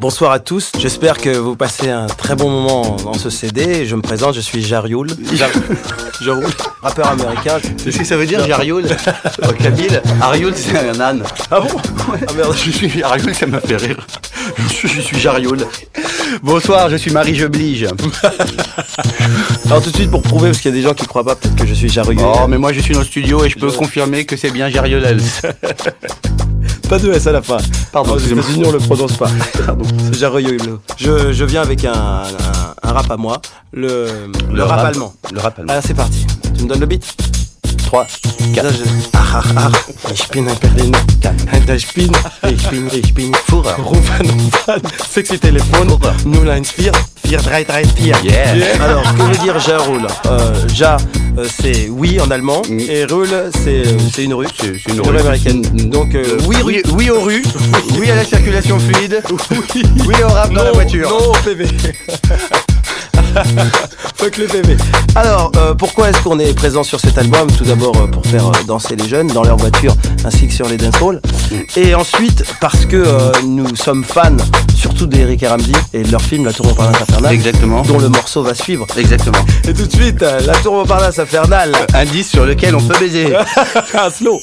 Bonsoir à tous. J'espère que vous passez un très bon moment dans ce CD. Je me présente, je suis Jarioul. Jarioul. Rappeur américain. C'est ce que ça veut dire, Jarioul Oh, Kabyle Arioul, c'est un âne. Ah bon Ah merde. Je suis Arioul, ça m'a fait rire. Je suis, je suis Jarioul. Bonsoir, je suis Marie Jeblige. Alors tout de suite pour prouver, parce qu'il y a des gens qui croient pas peut-être que je suis Jarioul. Oh, mais moi je suis dans le studio et je peux confirmer que c'est bien Jarioulels. Pas de S à la fin. Pardon, Aux excusez-moi. États-Unis, on le prononce pas. Pardon. C'est Jarioul. Je, je viens avec un, un, un rap à moi. Le, le, rap, allemand. Le rap allemand. Alors c'est parti. Tu me donnes le beat 3, Ah, 4. je- Ah, ah, ah. Ich bin ein Berliner. Ich bin, ich bin, ich bin. Fourreur. Ruf an und an. Sexy Telefon. 014 4334. Yeah. Alors, que veut dire Ja Roule euh, Ja, euh, c'est oui en allemand. Mm. Et Roule, c'est euh, c'est une rue. ben, C'est- c'est une rue rue. américaine. Donc, euh, oui, rue. oui, oui aux rues, oui à la circulation fluide, oui au rap dans la Non, voiture. Non, au PV. Fuck le PV. Alors, euh, pourquoi est-ce qu'on est présent sur cet album Tout d'abord euh, pour faire euh, danser les jeunes dans leur voiture ainsi que sur les dance halls. Et ensuite, parce que euh, nous sommes fans surtout d'Eric et Ramsey et de leur film La Tour Montparnasse Infernale, Exactement. dont le morceau va suivre. Exactement. Et tout de suite, euh, La Tour Montparnasse Infernale. Indice sur lequel on peut baiser. Ah, Slow.